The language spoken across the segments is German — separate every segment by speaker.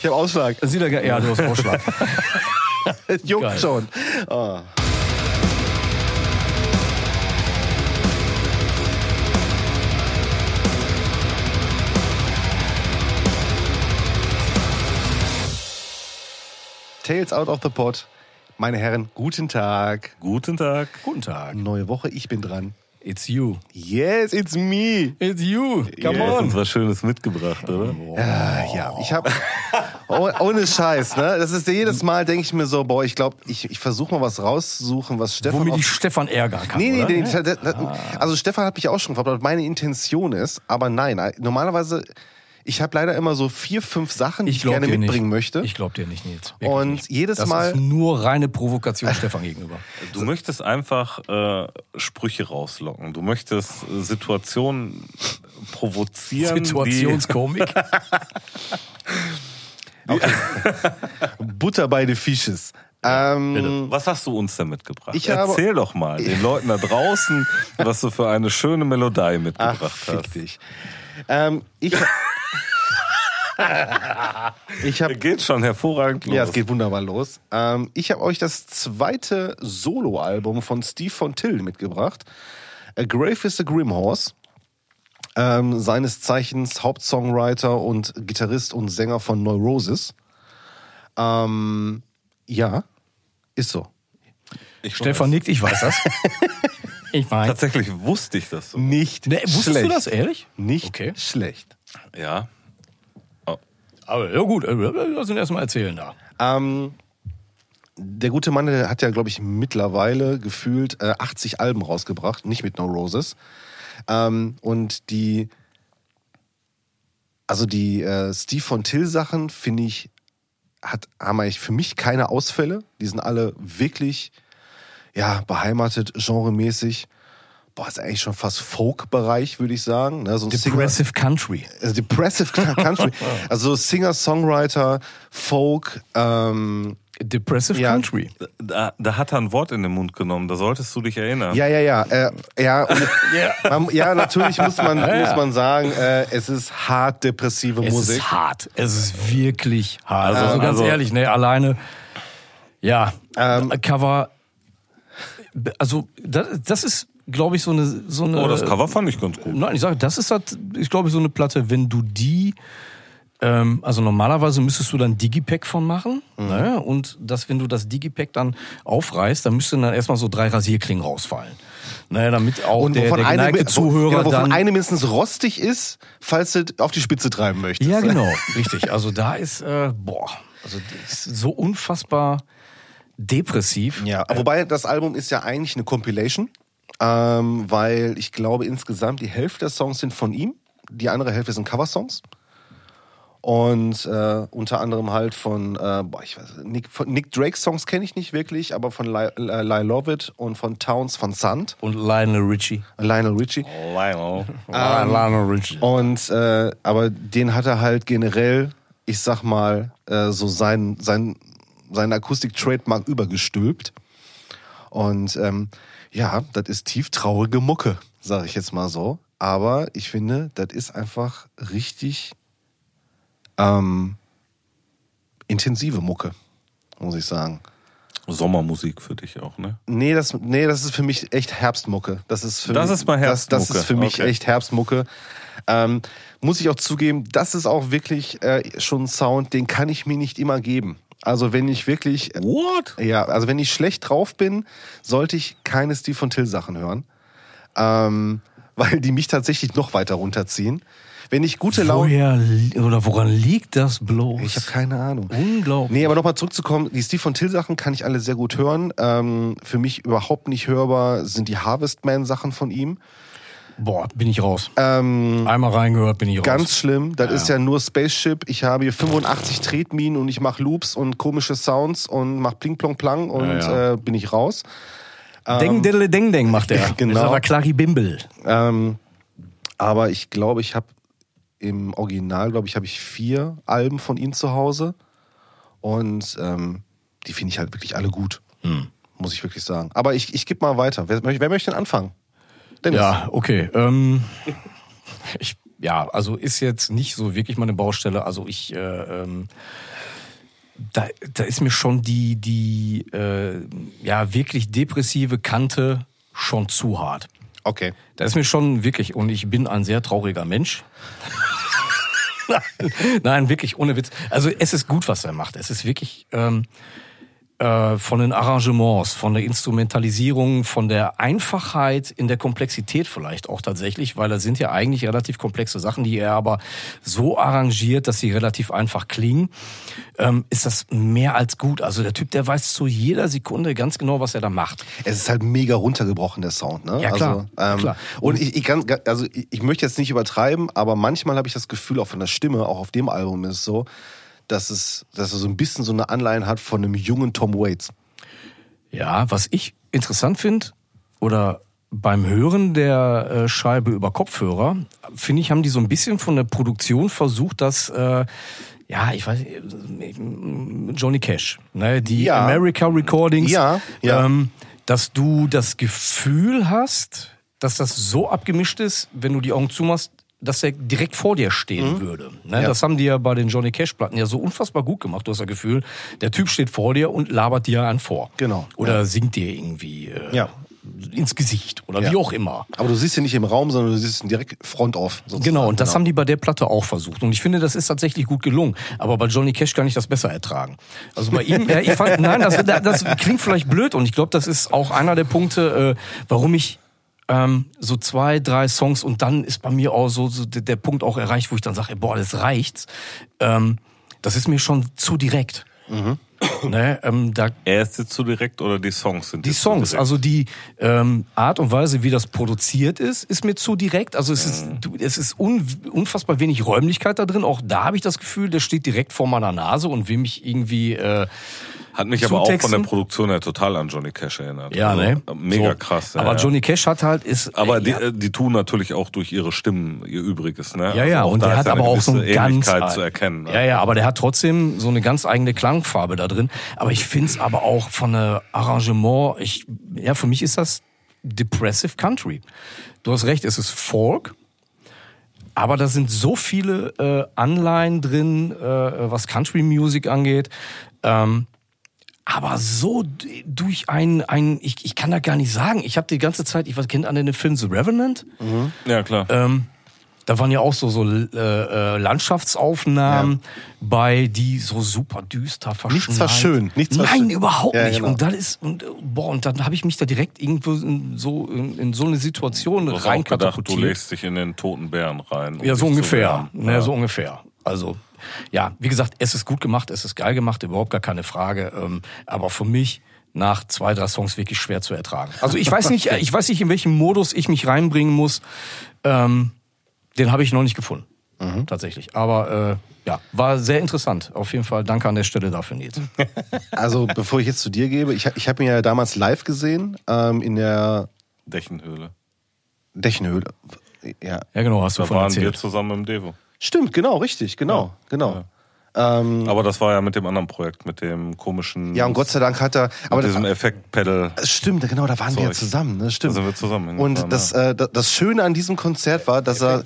Speaker 1: Ich habe Ausschlag.
Speaker 2: Sieht er, ge- ja, du hast Ausschlag.
Speaker 1: Es juckt
Speaker 2: Geil.
Speaker 1: schon. Ah. Tales out of the pot. Meine Herren, guten Tag.
Speaker 3: Guten Tag.
Speaker 2: Guten Tag.
Speaker 1: Neue Woche, ich bin dran.
Speaker 2: It's you.
Speaker 1: Yes, it's me.
Speaker 2: It's you. Come
Speaker 3: Ihr habt uns
Speaker 2: on.
Speaker 3: was Schönes mitgebracht, oder?
Speaker 1: Ah, ja, ich habe oh, ohne Scheiß, ne? Das ist jedes Mal denke ich mir so, boah, ich glaube, ich, ich versuche mal was rauszusuchen, was Stefan
Speaker 2: Womit
Speaker 1: auf-
Speaker 2: ich Stefan ärgern kann.
Speaker 1: Nee, nee,
Speaker 2: oder? Ah.
Speaker 1: nee, der- der- der- also Stefan hat mich auch schon gefragt, ob das meine Intention ist, aber nein, normalerweise, ich habe leider immer so vier, fünf Sachen, die ich,
Speaker 2: Ich glaube
Speaker 1: gerne
Speaker 2: dir
Speaker 1: mitbringen
Speaker 2: nicht.
Speaker 1: möchte.
Speaker 2: Ich glaube dir nicht, Nils. Wirklich
Speaker 1: und
Speaker 2: nicht.
Speaker 1: jedes
Speaker 2: das
Speaker 1: Mal,
Speaker 2: ist nur reine Provokation Stefan gegenüber.
Speaker 3: Du möchtest einfach äh, Sprüche rauslocken. Du möchtest äh, Situationen provozieren.
Speaker 2: Situationskomik.
Speaker 1: Butter bei den Fisches.
Speaker 3: Die, Bitte,
Speaker 1: Ähm,
Speaker 3: was hast du uns denn mitgebracht?
Speaker 1: Ich habe-
Speaker 3: Erzähl doch mal den Leuten da draußen, was du für eine schöne Melodie mitgebracht
Speaker 1: ach, fick
Speaker 3: hast.
Speaker 1: dich. Ähm, ich ich habe
Speaker 3: Geht schon hervorragend los.
Speaker 1: Ja, es geht wunderbar los. Ähm, ich habe euch das zweite Soloalbum von Steve von Till mitgebracht. A Grave is a Grim Horse. Ähm, seines Zeichens Hauptsongwriter und Gitarrist und Sänger von Neurosis. Ähm, ja, ist so.
Speaker 3: Ich
Speaker 2: Stefan nickt, ich weiß das. Ich
Speaker 3: weiß.
Speaker 2: meine.
Speaker 3: Tatsächlich wusste ich das so.
Speaker 1: Nicht
Speaker 2: Nee, Ne, wusstest
Speaker 1: schlecht.
Speaker 2: du das ehrlich?
Speaker 1: Nicht
Speaker 2: Okay.
Speaker 1: schlecht.
Speaker 3: Ja.
Speaker 2: Aber ja gut, äh, lass uns erstmal erzählen da.
Speaker 1: Ähm, der gute Mann der hat ja, glaube ich, mittlerweile gefühlt äh, 80 Alben rausgebracht, nicht mit No Roses. Ähm, und die, also die äh, Steve von Till Sachen, finde ich, hat, haben eigentlich für mich keine Ausfälle. Die sind alle wirklich, ja, beheimatet, genremäßig. Boah, ist eigentlich schon fast Folk-Bereich, würde ich sagen. Ne? So ein Singer-
Speaker 2: Progressive Country.
Speaker 1: also Depressive Country. Also Singer, Songwriter, Folk, ähm,
Speaker 2: Depressive
Speaker 1: Ja.
Speaker 2: Country.
Speaker 3: Da, da hat er ein Wort in den Mund genommen, da solltest du dich erinnern.
Speaker 1: ja, ja, ja. Äh, ja, und, man, ja, natürlich muss man,
Speaker 2: Ja, ja.
Speaker 1: muss man sagen, äh, es ist hart depressive
Speaker 2: Es
Speaker 1: Musik.
Speaker 2: ist hart. Es ist wirklich hart. Also,
Speaker 3: Ähm,
Speaker 2: ganz
Speaker 3: also-
Speaker 2: ehrlich, ne, alleine. Ja,
Speaker 1: Ähm.
Speaker 2: äh, Cover. Also, das, das ist, glaube ich, so eine. So eine
Speaker 3: Oh,
Speaker 1: äh,
Speaker 3: das Cover fand ich ganz gut.
Speaker 2: Nein, ich sage, das ist halt, ich glaube, so eine Platte, wenn du die. Ähm, also normalerweise müsstest du dann Digipack von machen.
Speaker 1: Mhm.
Speaker 2: Ne? Und das, wenn du das Digipack dann aufreißt, dann müssten dann erstmal so drei Rasierklingen rausfallen. Naja, damit auch
Speaker 1: Und
Speaker 2: der,
Speaker 1: wovon,
Speaker 2: der
Speaker 1: eine,
Speaker 2: geneigte
Speaker 1: wo-
Speaker 2: Zuhörer
Speaker 1: genau,
Speaker 2: dann
Speaker 1: wovon eine mindestens rostig ist, falls du auf die Spitze treiben möchtest.
Speaker 2: Ja, genau, richtig. Also da ist, äh, boah, also das ist so unfassbar depressiv.
Speaker 1: Ja, Äh, wobei das Album ist ja eigentlich eine Compilation, ähm, weil ich glaube, insgesamt die Hälfte der Songs sind von ihm, die andere Hälfte sind Coversongs. Und äh, unter anderem halt von, äh, boah, ich weiß, Nick, von Nick Drake Songs kenne ich nicht wirklich, aber von Li, äh, Li Lovett und von Towns von Sand,
Speaker 2: Und Lionel Richie.
Speaker 1: Lionel Richie.
Speaker 3: Lionel.
Speaker 2: Lionel Richie.
Speaker 1: Und äh, aber den hat er halt generell, ich sag mal, äh, so sein, sein, seinen Akustik-Trademark übergestülpt. Und ähm, ja, das ist tief traurige Mucke, sage ich jetzt mal so. Aber ich finde, das ist einfach richtig ähm, intensive Mucke, muss ich sagen.
Speaker 3: Sommermusik für dich auch, ne?
Speaker 1: Nee das, nee, das ist für mich echt Herbstmucke. Das ist für
Speaker 3: Das
Speaker 1: mich,
Speaker 3: ist mal
Speaker 1: Das, das
Speaker 3: Herbstmucke.
Speaker 1: ist für mich
Speaker 3: Okay.
Speaker 1: echt Herbstmucke. Ähm, muss ich auch zugeben, das ist auch wirklich äh, schon ein Sound, den kann ich mir nicht immer geben. Also wenn ich wirklich,
Speaker 3: What?
Speaker 1: ja, also wenn ich schlecht drauf bin, sollte ich keine Steve von Till Sachen hören. Ähm, weil die mich tatsächlich noch weiter runterziehen. Wenn ich gute Laune...
Speaker 2: Woher li- oder woran liegt das bloß?
Speaker 1: Ich habe keine Ahnung.
Speaker 2: Unglaublich.
Speaker 1: Nee, aber nochmal zurückzukommen, die Steve von Till Sachen kann ich alle sehr gut hören. Ähm, für mich überhaupt nicht hörbar sind die Harvestman Sachen von ihm.
Speaker 2: Boah, bin ich raus. Einmal reingehört, bin ich raus.
Speaker 1: Ganz schlimm, das ist ja nur Spaceship. Ich habe hier 85 Tretminen und ich mache Loops und komische Sounds und mache Pling Plong Plang und
Speaker 2: ja.
Speaker 1: Äh, bin ich raus.
Speaker 2: Deng, diddle, deng, deng macht er.
Speaker 1: Genau.
Speaker 2: Das ist aber Clary Bimble.
Speaker 1: Ähm, aber ich glaube, ich habe im Original, glaube ich, habe ich vier Alben von ihm zu Hause. Und ähm, die finde ich halt wirklich alle gut.
Speaker 2: Hm.
Speaker 1: Muss ich wirklich sagen. Aber ich, ich gebe mal weiter. Wer, wer möchte denn anfangen? Dennis.
Speaker 2: Ja, okay. Ähm, ich ja, also ist jetzt nicht so wirklich meine Baustelle. Also ich, äh, ähm, da, da ist mir schon die, die äh, ja, wirklich depressive Kante schon zu hart.
Speaker 1: Okay.
Speaker 2: Da ist mir schon wirklich, und ich bin ein sehr trauriger Mensch. nein, nein, wirklich, ohne Witz. Also es ist gut, was er macht. Es ist wirklich ähm, äh, von den Arrangements, von der Instrumentalisierung, von der Einfachheit in der Komplexität vielleicht auch tatsächlich, weil das sind ja eigentlich relativ komplexe Sachen, die er aber so arrangiert, dass sie relativ einfach klingen, ähm, ist das mehr als gut. Also der Typ, der weiß zu jeder Sekunde ganz genau, was er da macht.
Speaker 1: Es ist halt mega runtergebrochen, der Sound, ne?
Speaker 2: Ja, klar.
Speaker 1: Also,
Speaker 2: Ja,
Speaker 1: ähm,
Speaker 2: klar.
Speaker 1: Und ich, ich kann, also ich, ich möchte jetzt nicht übertreiben, aber manchmal habe ich das Gefühl, auch von der Stimme, auch auf dem Album ist es so, dass es, dass er so ein bisschen so eine Anleihen hat von einem jungen Tom Waits.
Speaker 2: Ja, was ich interessant finde, oder beim Hören der äh, Scheibe über Kopfhörer, finde ich, haben die so ein bisschen von der Produktion versucht, dass, äh, ja, ich weiß, nicht, Johnny Cash, ne, die
Speaker 1: Ja.
Speaker 2: America Recordings,
Speaker 1: Ja, ja.
Speaker 2: Ähm, dass du das Gefühl hast, dass das so abgemischt ist, wenn du die Augen zumachst, dass er direkt vor dir stehen
Speaker 1: Mhm.
Speaker 2: würde. Ne? Das haben die ja bei den Johnny Cash-Platten ja so unfassbar gut gemacht. Du hast das Gefühl, der Typ steht vor dir und labert dir einen vor.
Speaker 1: Genau.
Speaker 2: Oder singt dir irgendwie äh,
Speaker 1: Ja.
Speaker 2: ins Gesicht oder
Speaker 1: Ja.
Speaker 2: wie auch immer.
Speaker 1: Aber du siehst ihn nicht im Raum, sondern du siehst ihn direkt front auf. sozusagen.
Speaker 2: Genau, und das haben die bei der Platte auch versucht. Und ich finde, das ist tatsächlich gut gelungen. Aber bei Johnny Cash kann ich das besser ertragen. Also bei ihm, ja, ich fand, nein, das, das klingt vielleicht blöd. Und ich glaube, das ist auch einer der Punkte, äh, warum ich ähm, so zwei, drei Songs und dann ist bei mir auch so, so der, der Punkt auch erreicht, wo ich dann sage, boah, das reicht's. Ähm, das ist mir schon zu direkt. Ne, ähm, da
Speaker 3: Er ist jetzt zu direkt oder die Songs sind
Speaker 2: die
Speaker 3: jetzt
Speaker 2: Songs,
Speaker 3: zu direkt?
Speaker 2: also die ähm, Art und Weise, wie das produziert ist, ist mir zu direkt. Also es ist,
Speaker 3: Mhm.
Speaker 2: du, es ist un, unfassbar wenig Räumlichkeit da drin. Auch da habe ich das Gefühl, der steht direkt vor meiner Nase und will mich irgendwie. Äh,
Speaker 3: Hat mich aber auch von der
Speaker 2: Zutexten?
Speaker 3: Produktion her total an Johnny Cash erinnert.
Speaker 2: ja,
Speaker 3: Also,
Speaker 2: ne?
Speaker 3: äh, Mega
Speaker 2: So.
Speaker 3: krass. Ja,
Speaker 2: Aber
Speaker 3: ja.
Speaker 2: Johnny Cash hat halt ist.
Speaker 3: Aber die,
Speaker 2: ja,
Speaker 3: äh, die tun natürlich auch durch ihre Stimmen ihr Übriges, ne?
Speaker 2: ja, ja,
Speaker 3: Also auch
Speaker 2: und
Speaker 3: da
Speaker 2: der
Speaker 3: ist
Speaker 2: hat
Speaker 3: ja
Speaker 2: aber
Speaker 3: eine
Speaker 2: auch so eine
Speaker 3: gewisse
Speaker 2: ganz
Speaker 3: Ähnlichkeit zu erkennen. ne?
Speaker 2: Ja, ja, aber der hat trotzdem so eine ganz eigene Klangfarbe da drin. Aber ich finde es aber auch von der Arrangement, ich, ja, für mich ist das Depressive Country. Du hast recht, es ist Folk, aber da sind so viele äh, Anleihen drin, äh, was Country Music angeht. Ähm, aber so d- durch ein, ein ich, ich kann da gar nicht sagen. Ich habe die ganze Zeit, ich weiß, kennt an den Film The Revenant?
Speaker 3: Ja, klar. Also
Speaker 2: Ähm, da waren ja auch so, so äh, äh, Landschaftsaufnahmen bei, die so super düster verschneit.
Speaker 1: Nichts war schön, nichts war
Speaker 2: Nein,
Speaker 1: schön.
Speaker 2: überhaupt
Speaker 1: Ja,
Speaker 2: nicht.
Speaker 1: genau.
Speaker 2: Und dann ist, und, äh, boah, und dann habe ich mich da direkt irgendwo in so, in, in so eine Situation
Speaker 3: du hast auch gedacht, du
Speaker 2: reinkatapultiert.
Speaker 3: legst dich in den toten Bären rein. um
Speaker 2: Ja, so
Speaker 3: dich zu
Speaker 2: ungefähr.
Speaker 3: wärmen.
Speaker 2: Ne, So ungefähr. Also, ja, wie gesagt, es ist gut gemacht, es ist geil gemacht, überhaupt gar keine Frage. Ähm, aber für mich nach zwei, drei Songs wirklich schwer zu ertragen. Also ich weiß nicht, ich weiß nicht, in welchem Modus ich mich reinbringen muss. Ähm, den habe ich noch nicht gefunden. Tatsächlich. Aber äh, ja, war sehr interessant. Auf jeden Fall danke an der Stelle dafür, Nils.
Speaker 1: Also bevor ich jetzt zu dir gebe, ich, hab- ich habe ihn ja damals live gesehen ähm, in der
Speaker 3: Dächenhöhle.
Speaker 1: Dächenhöhle. Ja,
Speaker 2: Ja, genau, hast du
Speaker 3: Da
Speaker 2: von
Speaker 3: waren wir
Speaker 2: erzählt.
Speaker 3: zusammen im Devo.
Speaker 1: stimmt, genau, richtig, genau,
Speaker 3: Ja,
Speaker 1: genau.
Speaker 3: Aber das war ja mit dem anderen Projekt, mit dem komischen.
Speaker 1: Ja und Gott sei Dank hat er. Aber
Speaker 3: Mit
Speaker 1: das,
Speaker 3: diesem Effekt-Pedal.
Speaker 1: Stimmt, genau, da waren wir ja
Speaker 3: Zeug.
Speaker 1: zusammen, ne? Stimmt.
Speaker 3: Da sind wir zusammen
Speaker 1: Und
Speaker 3: hingefahren,
Speaker 1: das, äh, da- das Schöne an diesem Konzert war, dass er.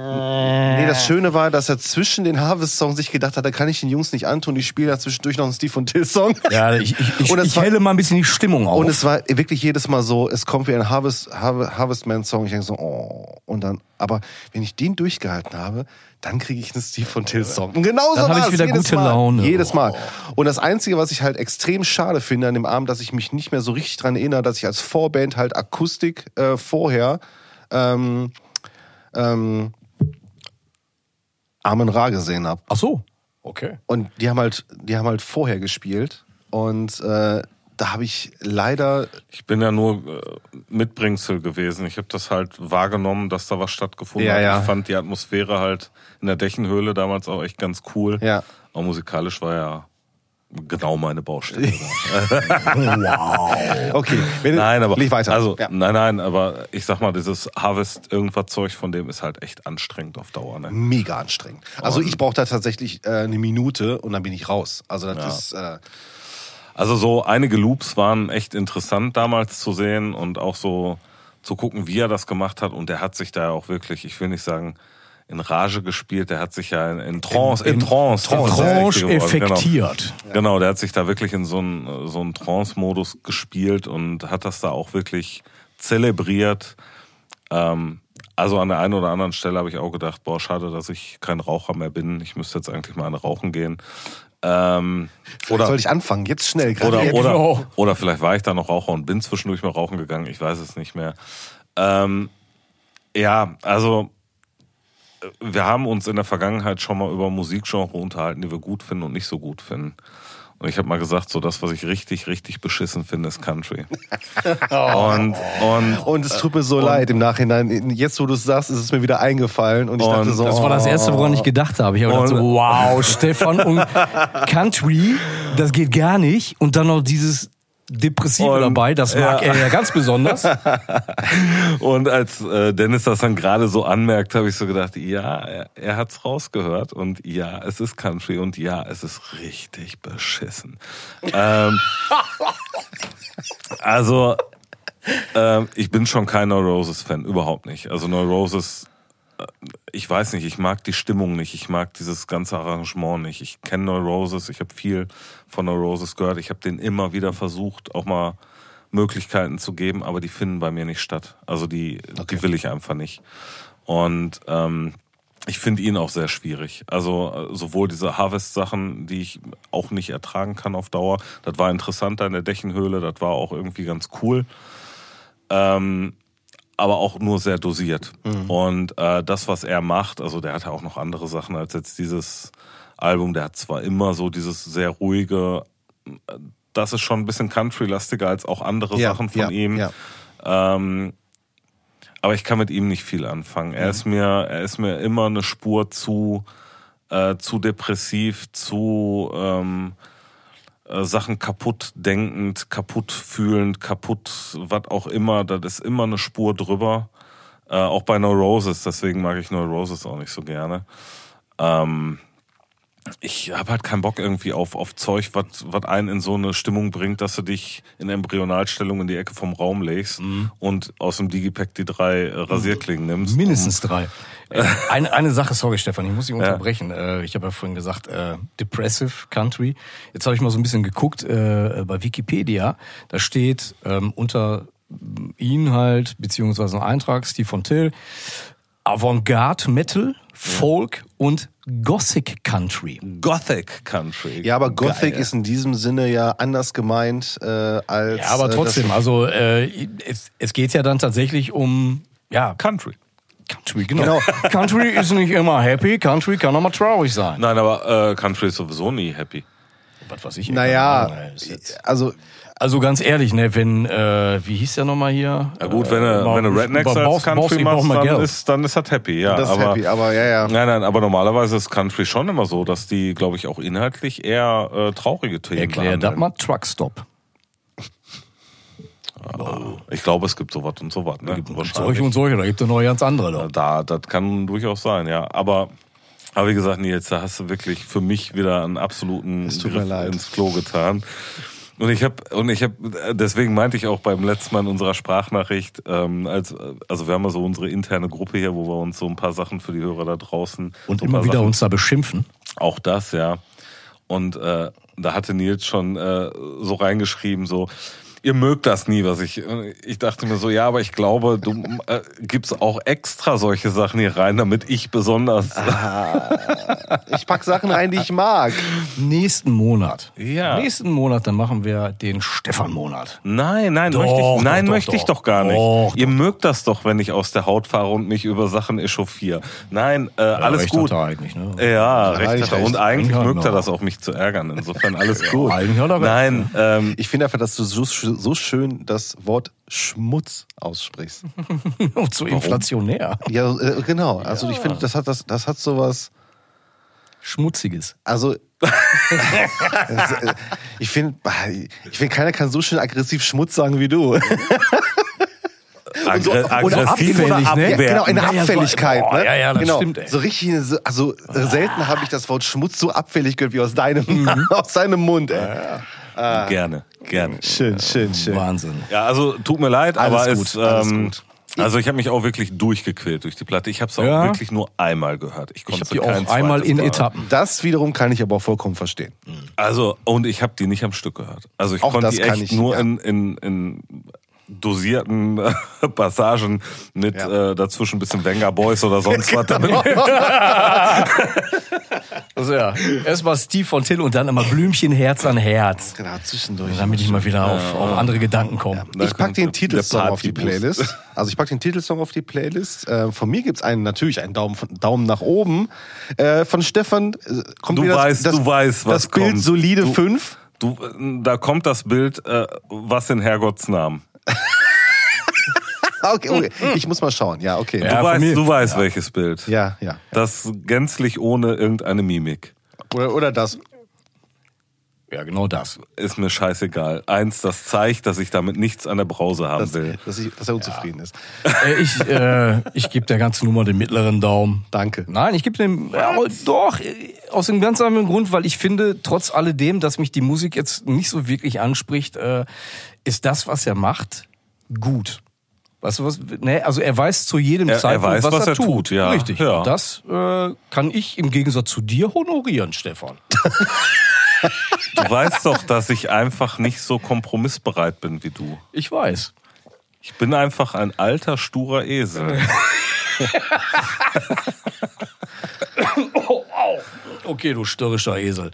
Speaker 1: Nee, das Schöne war, dass er zwischen den Harvest-Songs sich gedacht hat, da kann ich den Jungs nicht antun, ich spiele da zwischendurch noch einen Steve und Till-Song.
Speaker 2: Ja, ich, ich, ich,
Speaker 1: Und es
Speaker 2: ich
Speaker 1: war-
Speaker 2: helle mal ein bisschen die Stimmung auf.
Speaker 1: Und es war wirklich jedes Mal so, es kommt wie ein Harvest, Harve- Harvest Man-Song. Ich denke so, oh. Und dann, aber wenn ich den durchgehalten habe, dann kriege ich einen Steve von Till-Song. Und genau so
Speaker 2: Dann habe ich
Speaker 1: war's
Speaker 2: wieder
Speaker 1: jedes
Speaker 2: gute
Speaker 1: Mal.
Speaker 2: Laune.
Speaker 1: Jedes Mal.
Speaker 2: Oh.
Speaker 1: Und das Einzige, was ich halt extrem schade finde an dem Abend, dass ich mich nicht mehr so richtig dran erinnere, dass ich als Vorband halt Akustik äh, vorher ähm, ähm, Armin Ra gesehen habe.
Speaker 2: Ach so. Okay.
Speaker 1: Und die haben halt, die haben halt vorher gespielt. Und äh, da habe ich leider
Speaker 3: Ich bin ja nur äh, Mitbringsel gewesen. Ich habe das halt wahrgenommen, dass da was stattgefunden
Speaker 1: Ja,
Speaker 3: hat.
Speaker 1: ja.
Speaker 3: Ich fand die Atmosphäre halt in der Dächenhöhle damals auch echt ganz cool.
Speaker 1: Ja.
Speaker 3: Aber musikalisch war ja genau meine Baustelle.
Speaker 1: Okay, wenn,
Speaker 3: nein, aber
Speaker 1: leg weiter.
Speaker 3: Also
Speaker 1: Ja.
Speaker 3: nein, nein, aber ich sag mal, dieses Harvest irgendwas Zeug von dem ist halt echt anstrengend auf Dauer. Ne?
Speaker 1: mega anstrengend. Also ich brauche da tatsächlich äh, eine Minute und dann bin ich raus. Also das ist äh,
Speaker 3: Also so einige Loops waren echt interessant damals zu sehen und auch so zu gucken, wie er das gemacht hat. Und er hat sich da ja auch wirklich, ich will nicht sagen, in Rage gespielt. Der hat sich ja in, in Trance,
Speaker 2: In-
Speaker 3: in, Trance,
Speaker 2: Tranche
Speaker 3: das ist der richtige Wort, Genau.
Speaker 2: effektiert.
Speaker 3: genau, der hat sich da wirklich in so einen, so einen Trance-Modus gespielt und hat das da auch wirklich zelebriert. Ähm, also an der einen oder anderen Stelle habe ich auch gedacht, boah, schade, dass ich kein Raucher mehr bin. Ich müsste jetzt eigentlich mal an Rauchen gehen. Ähm,
Speaker 1: Oder soll ich anfangen? Jetzt schnell gerade.
Speaker 3: oder,
Speaker 1: jetzt.
Speaker 3: oder,
Speaker 2: genau.
Speaker 3: oder vielleicht war ich da noch Raucher und bin zwischendurch mal rauchen gegangen, ich weiß es nicht mehr. Ähm, ja, also äh, wir haben uns in der Vergangenheit schon mal über Musikgenre unterhalten, die wir gut finden und nicht so gut finden. Und ich habe mal gesagt, so das, was ich richtig, richtig beschissen finde, ist Country. und, und
Speaker 1: Und es tut mir so leid im Nachhinein. Jetzt, wo du es sagst, ist es mir wieder eingefallen und ich dachte
Speaker 3: Und
Speaker 1: so.
Speaker 2: Das war das Erste, woran
Speaker 3: Oh.
Speaker 2: ich gedacht habe. Ich habe gedacht so, wow, Stefan und Country, das geht gar nicht. Und dann noch dieses Depressive
Speaker 3: Und-
Speaker 2: dabei, das mag
Speaker 3: ja.
Speaker 2: er ja ganz besonders.
Speaker 3: Und als äh, Dennis das dann gerade so anmerkt, habe ich so gedacht, ja, er, er hat's rausgehört und ja, es ist Country und ja, es ist richtig beschissen. ähm, also, ähm, ich bin schon kein Neuroses-Fan, überhaupt nicht. Also Neuroses, äh, ich weiß nicht, ich mag die Stimmung nicht, ich mag dieses ganze Arrangement nicht. Ich kenne Neuroses, ich habe viel von Neuroses gehört, ich habe denen immer wieder versucht, auch mal Möglichkeiten zu geben, aber die finden bei mir nicht statt. Also die, die will ich einfach nicht. Und ähm, ich finde ihn auch sehr schwierig. Also äh, sowohl diese Harvest-Sachen, die ich auch nicht ertragen kann auf Dauer. Das war interessant da in der Dächenhöhle, das war auch irgendwie ganz cool. Ähm, aber auch nur sehr dosiert.
Speaker 1: Mhm.
Speaker 3: Und äh, das, was er macht, also der hat ja auch noch andere Sachen als jetzt dieses Album. Der hat zwar immer so dieses sehr ruhige, äh, das ist schon ein bisschen country-lastiger als auch andere
Speaker 1: oh, Ja,
Speaker 3: Sachen von
Speaker 1: ja,
Speaker 3: ihm.
Speaker 1: ja.
Speaker 3: Ähm, aber ich kann mit ihm nicht viel anfangen.
Speaker 1: Mhm.
Speaker 3: Er ist mir, er ist mir immer eine Spur zu, äh, zu depressiv, zu ähm, äh, Sachen kaputt denkend, kaputt fühlend, kaputt, was auch immer. Da ist immer eine Spur drüber. Äh, auch bei No Roses, deswegen mag ich No Roses auch nicht so gerne. Ähm, ich habe halt keinen Bock irgendwie auf, auf Zeug, was einen in so eine Stimmung bringt, dass du dich in Embryonalstellung in die Ecke vom Raum legst und aus dem Digipack die drei äh, Rasierklingen nimmst.
Speaker 2: Mindestens drei. Äh, Eine, eine Sache, sorry Stefan, ich muss dich unterbrechen. Äh, Ich habe ja vorhin gesagt, äh, Depressive Country. Jetzt habe ich mal so ein bisschen geguckt äh, bei Wikipedia. Da steht ähm, unter ihn halt, beziehungsweise ein Eintrag, Steve von Till, Avantgarde Metal, Folk und Gothic Country.
Speaker 3: Gothic Country.
Speaker 1: ja, aber Gothic
Speaker 3: Geil.
Speaker 1: ist in diesem Sinne ja anders gemeint äh, als.
Speaker 2: Ja, aber
Speaker 1: äh,
Speaker 2: trotzdem, also äh, es, es geht ja dann tatsächlich um ja,
Speaker 3: Country.
Speaker 2: Country, genau. Country ist nicht immer happy, Country kann auch mal traurig sein.
Speaker 3: Nein, aber äh, Country ist sowieso nie happy.
Speaker 2: Was weiß ich.
Speaker 1: Das,
Speaker 2: ey, keine Ahnung,
Speaker 1: naja,
Speaker 2: ey, ist jetzt-
Speaker 1: also
Speaker 2: Also ganz ehrlich, ne, wenn, äh, wie hieß der nochmal hier?
Speaker 3: Ja gut, wenn du,
Speaker 2: Äh,
Speaker 3: wenn du
Speaker 2: brauch-
Speaker 3: Rednecks
Speaker 2: brauch-
Speaker 3: als
Speaker 2: brauch-
Speaker 3: Country
Speaker 2: ich brauch
Speaker 3: machst,
Speaker 2: mal
Speaker 3: dann
Speaker 2: Geld.
Speaker 3: ist, dann ist das happy, ja.
Speaker 1: das ist
Speaker 3: aber,
Speaker 1: happy, aber ja, ja.
Speaker 3: Nein, nein, aber normalerweise ist Country schon immer so, dass die, glaube ich, auch inhaltlich eher äh, traurige Themen
Speaker 2: Erklär das
Speaker 3: behandeln.
Speaker 2: mal Truckstop.
Speaker 3: Ich glaube, es gibt sowas und sowas. Ne?
Speaker 2: Solche und solche, da gibt es noch ganz andere. Da.
Speaker 3: Also Da, das kann durchaus sein, ja. Aber, aber wie gesagt, Nils, da hast du wirklich für mich wieder einen absoluten
Speaker 1: Es tut mir
Speaker 3: Griff
Speaker 1: leid.
Speaker 3: ins Klo getan. Und ich habe, und ich habe, deswegen meinte ich auch beim letzten Mal in unserer Sprachnachricht, ähm, als, also wir haben ja so unsere interne Gruppe hier, wo wir uns so ein paar Sachen für die Hörer da draußen
Speaker 2: Und
Speaker 3: so ein paar
Speaker 2: immer wieder
Speaker 3: Sachen
Speaker 2: uns da beschimpfen.
Speaker 3: auch das, ja. Und äh, da hatte Nils schon äh, so reingeschrieben, so, ihr mögt das nie, was ich. äh, Ich dachte mir so, ja, aber ich glaube, du äh, gibst auch extra solche Sachen hier rein, damit ich besonders.
Speaker 1: Ich pack Sachen rein, die ich mag.
Speaker 2: Nächsten Monat.
Speaker 3: Ja.
Speaker 2: Nächsten Monat, dann machen wir den Stefan-Monat.
Speaker 3: Nein, nein,
Speaker 2: Doch,
Speaker 3: möchte ich,
Speaker 2: doch,
Speaker 3: nein,
Speaker 2: doch,
Speaker 3: möchte ich
Speaker 2: doch.
Speaker 3: doch gar nicht.
Speaker 2: Doch,
Speaker 3: ihr mögt das doch, wenn ich aus der Haut fahre und mich über Sachen echauffiere. Nein, äh, alles
Speaker 2: Recht
Speaker 3: gut.
Speaker 2: Hat er eigentlich, ne?
Speaker 3: Ja,
Speaker 1: Ja,
Speaker 3: recht
Speaker 1: ich
Speaker 3: hat er.
Speaker 1: recht.
Speaker 3: Und eigentlich
Speaker 2: Ja,
Speaker 3: mögt er
Speaker 2: genau.
Speaker 3: das auch, mich zu ärgern. Insofern alles gut.
Speaker 2: eigentlich hat er recht.
Speaker 3: Nein, ähm,
Speaker 1: Ich finde einfach, dass du so, sch- so schön das Wort Schmutz aussprichst.
Speaker 2: Und so inflationär.
Speaker 1: Ja, äh, genau. Also ich finde, das hat das, das hat sowas.
Speaker 2: Schmutziges.
Speaker 1: Also das, äh, ich finde, ich finde, keiner kann so schön aggressiv Schmutz sagen wie
Speaker 2: Ne?
Speaker 1: du.
Speaker 3: aggre aggressiv
Speaker 2: abfällig,
Speaker 3: oder
Speaker 2: ne?
Speaker 3: abwehrend.
Speaker 1: Ja, genau, in der
Speaker 2: Ja, ja, so-
Speaker 1: Abfälligkeit.
Speaker 2: boah,
Speaker 1: ne?
Speaker 2: ja, ja, das
Speaker 1: genau.
Speaker 2: stimmt, ey.
Speaker 1: So richtig, in- so- also äh, selten habe ich das Wort Schmutz so abfällig gehört wie aus deinem,
Speaker 2: Mhm.
Speaker 1: aus deinem Mund. Ey.
Speaker 3: Gerne, gerne.
Speaker 1: Ah. Schön, schön, schön.
Speaker 2: Wahnsinn.
Speaker 3: Ja, also tut mir leid,
Speaker 1: Alles
Speaker 3: aber
Speaker 1: gut,
Speaker 3: es,
Speaker 1: alles
Speaker 3: ähm,
Speaker 1: gut.
Speaker 3: Also ich habe mich auch wirklich durchgequält durch die Platte. Ich habe es auch
Speaker 2: Ja.
Speaker 3: wirklich nur einmal gehört. Ich
Speaker 2: Ich
Speaker 3: konnte
Speaker 2: habe die
Speaker 3: kein
Speaker 2: auch einmal
Speaker 3: zweites
Speaker 2: in
Speaker 3: Mal.
Speaker 2: Etappen.
Speaker 1: Das wiederum kann ich aber auch vollkommen verstehen.
Speaker 3: Also, und ich habe die nicht am Stück gehört. Also ich
Speaker 1: Auch
Speaker 3: konnte
Speaker 1: das
Speaker 3: die
Speaker 1: kann ich,
Speaker 3: echt nur
Speaker 1: ja.
Speaker 3: in, in, in dosierten Passagen mit
Speaker 1: Ja. Genau.
Speaker 3: äh, dazwischen ein bisschen Venga Boys oder sonst was. Damit,
Speaker 2: Also ja, erstmal Steve von Till und dann immer Blümchen Herz an Herz.
Speaker 1: Genau, zwischendurch.
Speaker 2: Damit ich mal wieder auf, auf andere Gedanken komme.
Speaker 1: Ich pack den
Speaker 3: kommt der
Speaker 1: Titelsong auf die
Speaker 3: Partybus.
Speaker 1: Playlist. Also ich pack den Titelsong auf die Playlist. Äh, von mir gibt's einen natürlich einen Daumen, von- Daumen nach oben. Äh, von Stefan äh, kommt
Speaker 3: Du
Speaker 1: wieder
Speaker 3: weißt,
Speaker 1: das, das,
Speaker 3: du weißt, was
Speaker 1: das Bild
Speaker 3: kommt.
Speaker 1: solide
Speaker 3: Du-
Speaker 1: 5.
Speaker 3: du, da kommt das Bild, äh, was in Herrgotts Namen.
Speaker 1: Ah, Okay, okay. Ich muss mal schauen. Ja, okay.
Speaker 3: Du
Speaker 2: Ja, von mir.
Speaker 3: weißt, du weißt welches Bild.
Speaker 1: Ja, ja.
Speaker 3: Das gänzlich ohne irgendeine Mimik.
Speaker 1: Oder, oder das.
Speaker 2: Ja, genau das.
Speaker 3: Ist mir scheißegal. Eins, das zeigt, dass ich damit nichts an der Brause haben
Speaker 1: Dass,
Speaker 3: will.
Speaker 1: dass, ich, dass er unzufrieden ist.
Speaker 2: Äh, ich äh, ich gebe der ganzen Nummer den mittleren Daumen.
Speaker 1: Danke.
Speaker 2: Nein, ich gebe dem ja, aber doch äh, aus dem ganz anderen Grund, weil ich finde, trotz alledem, dass mich die Musik jetzt nicht so wirklich anspricht, äh, ist das, was er macht, gut. Weißt du was? Ne, also er weiß zu jedem
Speaker 3: Er- er
Speaker 2: Zeitpunkt,
Speaker 3: weiß, was er tut, ja.
Speaker 2: Richtig.
Speaker 3: Ja.
Speaker 2: Und Das äh, kann ich im Gegensatz zu dir honorieren, Stefan.
Speaker 3: Du weißt doch, dass ich einfach nicht so kompromissbereit bin wie du.
Speaker 2: Ich weiß.
Speaker 3: Ich bin einfach ein alter, sturer Esel.
Speaker 2: Oh, au. Okay, du störrischer Esel.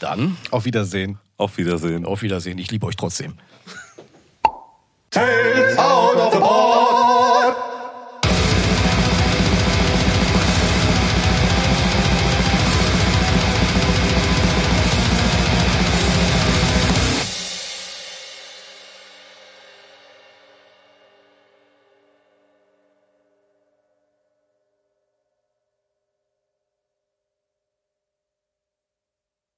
Speaker 2: Dann
Speaker 1: Auf Wiedersehen.
Speaker 3: Auf Wiedersehen.
Speaker 2: auf Wiedersehen. Ich liebe euch trotzdem.
Speaker 4: Tales